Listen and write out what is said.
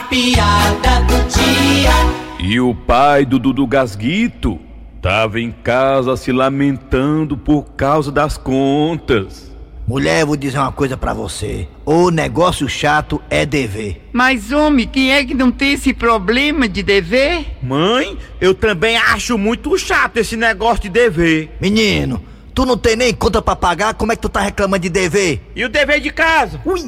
piada do dia. E o pai do Dudu Gasguito tava em casa se lamentando por causa das contas. Mulher, vou dizer uma coisa pra você. O negócio chato é dever. Mas, homem, quem é que não tem esse problema de dever? Mãe, eu também acho muito chato esse negócio de dever. Menino, tu não tem nem conta pra pagar, como é que tu tá reclamando de dever? E o dever de casa? Ui!